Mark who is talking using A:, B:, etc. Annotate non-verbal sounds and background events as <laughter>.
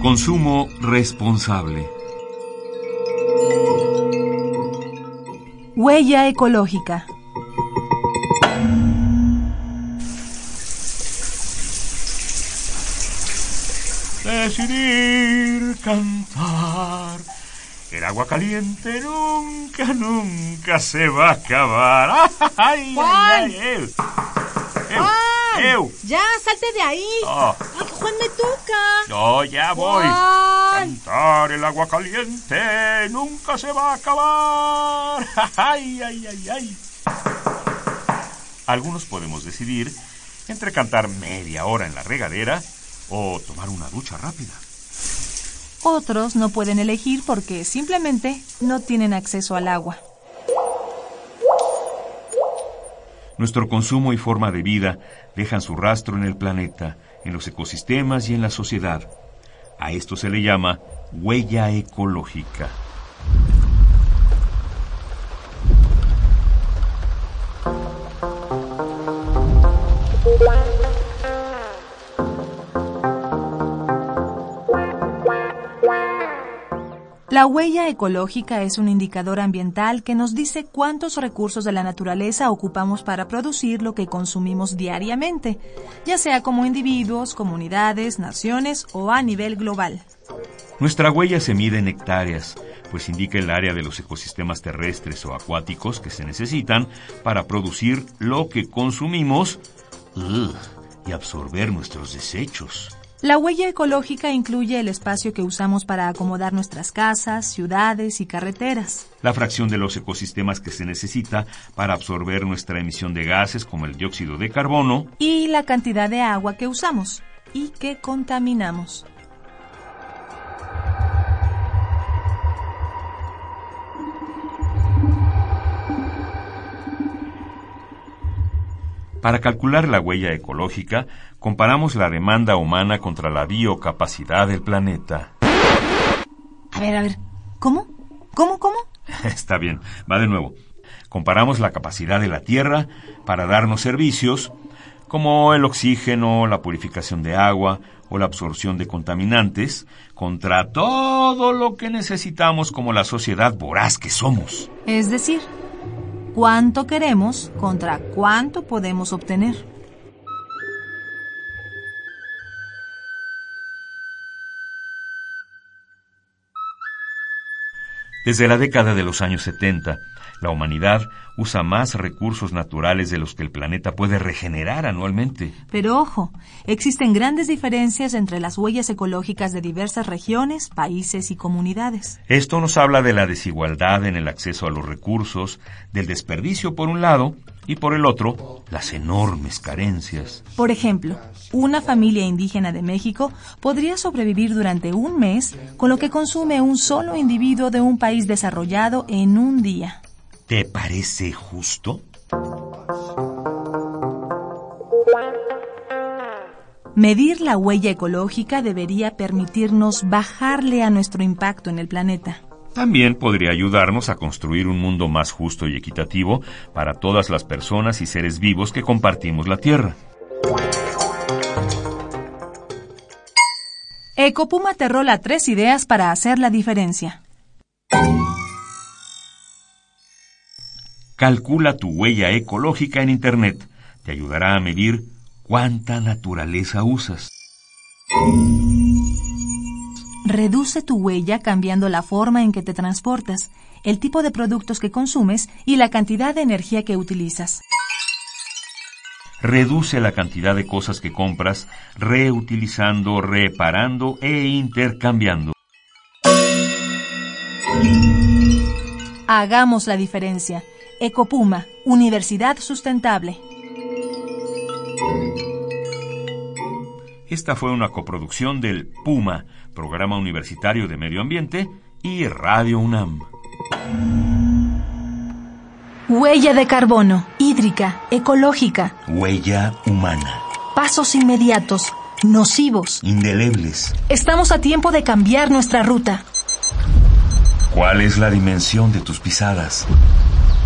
A: Consumo responsable.
B: Huella ecológica.
A: Decidir cantar. El agua caliente nunca, nunca se va a acabar. <laughs> ¡Ay,
C: Juan.
A: ay, eh. ay! ¡Ew!
C: ¡Juan!
A: ¡Ew! ¡Ew!
C: ¡Ya, salte de ahí!
A: Ah.
C: ¡Ay, Juan, me toca!
A: Yo Ah, ya voy.
C: ¡Juan!
A: Cantar el agua caliente nunca se va a acabar. <laughs> ¡Ay, ay, ay, ay! Algunos podemos decidir entre cantar media hora en la regadera o tomar una ducha rápida.
B: Otros no pueden elegir porque simplemente no tienen acceso al agua.
A: Nuestro consumo y forma de vida dejan su rastro en el planeta, en los ecosistemas y en la sociedad. A esto se le llama huella ecológica.
B: La huella ecológica es un indicador ambiental que nos dice cuántos recursos de la naturaleza ocupamos para producir lo que consumimos diariamente, ya sea como individuos, comunidades, naciones o a nivel global.
A: Nuestra huella se mide en hectáreas, pues indica el área de los ecosistemas terrestres o acuáticos que se necesitan para producir lo que consumimos ugh, y absorber nuestros desechos.
B: La huella ecológica incluye el espacio que usamos para acomodar nuestras casas, ciudades y carreteras.
A: la fracción de los ecosistemas que se necesita para absorber nuestra emisión de gases como el dióxido de carbono.
B: y la cantidad de agua que usamos y que contaminamos.
A: Para calcular la huella ecológica, comparamos la demanda humana contra la biocapacidad del planeta. <laughs>
B: A ver, a ver, ¿cómo? ¿Cómo, cómo?
A: Está bien, va de nuevo. Comparamos la capacidad de la Tierra para darnos servicios como el oxígeno, la purificación de agua o la absorción de contaminantes contra todo lo que necesitamos como la sociedad voraz que somos.
B: Es decir, ¿cuánto queremos contra cuánto podemos obtener?
A: Desde la década de los años 70, la humanidad usa más recursos naturales de los que el planeta puede regenerar anualmente.
B: Pero ojo, existen grandes diferencias entre las huellas ecológicas de diversas regiones, países y comunidades.
A: Esto nos habla de la desigualdad en el acceso a los recursos, del desperdicio por un lado y por el otro, las enormes carencias.
B: Por ejemplo, una familia indígena de México podría sobrevivir durante un mes con lo que consume un solo individuo de un país desarrollado en un día.
A: ¿Te parece justo?
B: Medir la huella ecológica debería permitirnos bajarle a nuestro impacto en el planeta.
A: También podría ayudarnos a construir un mundo más justo y equitativo para todas las personas y seres vivos que compartimos la Tierra.
B: Ecopuma te rola tres ideas para hacer la diferencia.
A: Calcula tu huella ecológica en Internet. Te ayudará a medir cuánta naturaleza usas.
B: Reduce tu huella cambiando la forma en que te transportas, el tipo de productos que consumes y la cantidad de energía que utilizas.
A: Reduce la cantidad de cosas que compras reutilizando, reparando e intercambiando.
B: Hagamos la diferencia. Ecopuma, Universidad Sustentable.
A: Esta fue una coproducción del PUMA, Programa Universitario de Medio Ambiente, y Radio UNAM.
B: Huella de carbono, hídrica, ecológica,
D: Huella humana.
B: pasos inmediatos, nocivos.
D: Indelebles.
B: Estamos a tiempo de cambiar nuestra ruta,
D: ¿Cuál es la dimensión de tus pisadas?